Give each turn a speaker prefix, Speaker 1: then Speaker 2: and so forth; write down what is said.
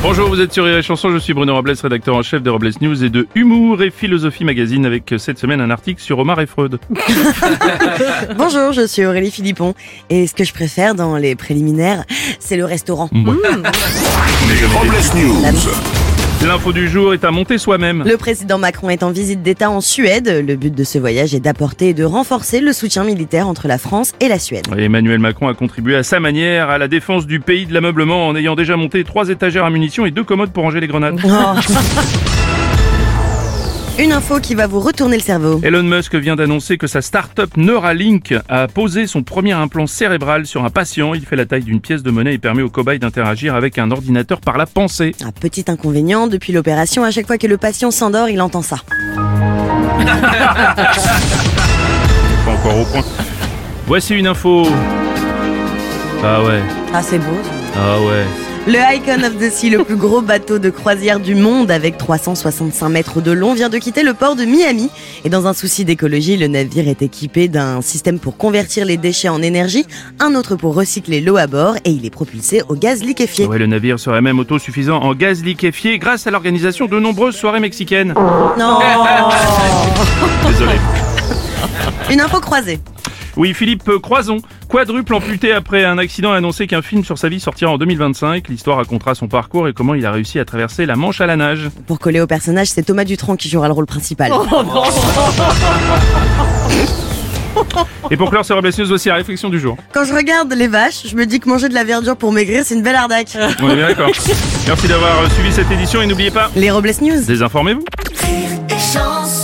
Speaker 1: Bonjour, vous êtes sur Rire et Chanson, je suis Bruno Robles, rédacteur en chef de Robles News et de Humour et Philosophie Magazine avec euh, cette semaine un article sur Omar et Freud.
Speaker 2: Bonjour, je suis Aurélie Philippon et ce que je préfère dans les préliminaires, c'est le restaurant.
Speaker 3: Les Robles News.
Speaker 1: L'info du jour est à monter soi-même.
Speaker 2: Le président Macron est en visite d'État en Suède. Le but de ce voyage est d'apporter et de renforcer le soutien militaire entre la France et la Suède.
Speaker 1: Emmanuel Macron a contribué à sa manière à la défense du pays de l'ameublement en ayant déjà monté trois étagères à munitions et deux commodes pour ranger les grenades.
Speaker 2: Oh. Une info qui va vous retourner le cerveau.
Speaker 1: Elon Musk vient d'annoncer que sa start-up Neuralink a posé son premier implant cérébral sur un patient. Il fait la taille d'une pièce de monnaie et permet au cobaye d'interagir avec un ordinateur par la pensée.
Speaker 2: Un petit inconvénient, depuis l'opération, à chaque fois que le patient s'endort, il entend ça.
Speaker 1: Pas encore au point. Voici une info. Ah ouais,
Speaker 2: Ah, c'est beau.
Speaker 1: ah ouais.
Speaker 2: Le Icon of the Sea, le plus gros bateau de croisière du monde avec 365 mètres de long, vient de quitter le port de Miami. Et dans un souci d'écologie, le navire est équipé d'un système pour convertir les déchets en énergie, un autre pour recycler l'eau à bord et il est propulsé au gaz liquéfié.
Speaker 1: Ouais, le navire serait même autosuffisant en gaz liquéfié grâce à l'organisation de nombreuses soirées mexicaines.
Speaker 2: Non
Speaker 1: Désolé.
Speaker 2: Une info croisée.
Speaker 1: Oui, Philippe Croison, quadruple amputé après un accident, a annoncé qu'un film sur sa vie sortira en 2025. L'histoire racontera son parcours et comment il a réussi à traverser la Manche à la nage.
Speaker 2: Pour coller au personnage, c'est Thomas Dutronc qui jouera le rôle principal.
Speaker 1: Et pour clore ce Robles News, voici la réflexion du jour.
Speaker 2: Quand je regarde les vaches, je me dis que manger de la verdure pour maigrir, c'est une belle arnaque.
Speaker 1: On est bien d'accord. Merci d'avoir suivi cette édition et n'oubliez pas,
Speaker 2: Les Robles News.
Speaker 1: désinformez-vous.
Speaker 4: Rire et chanson.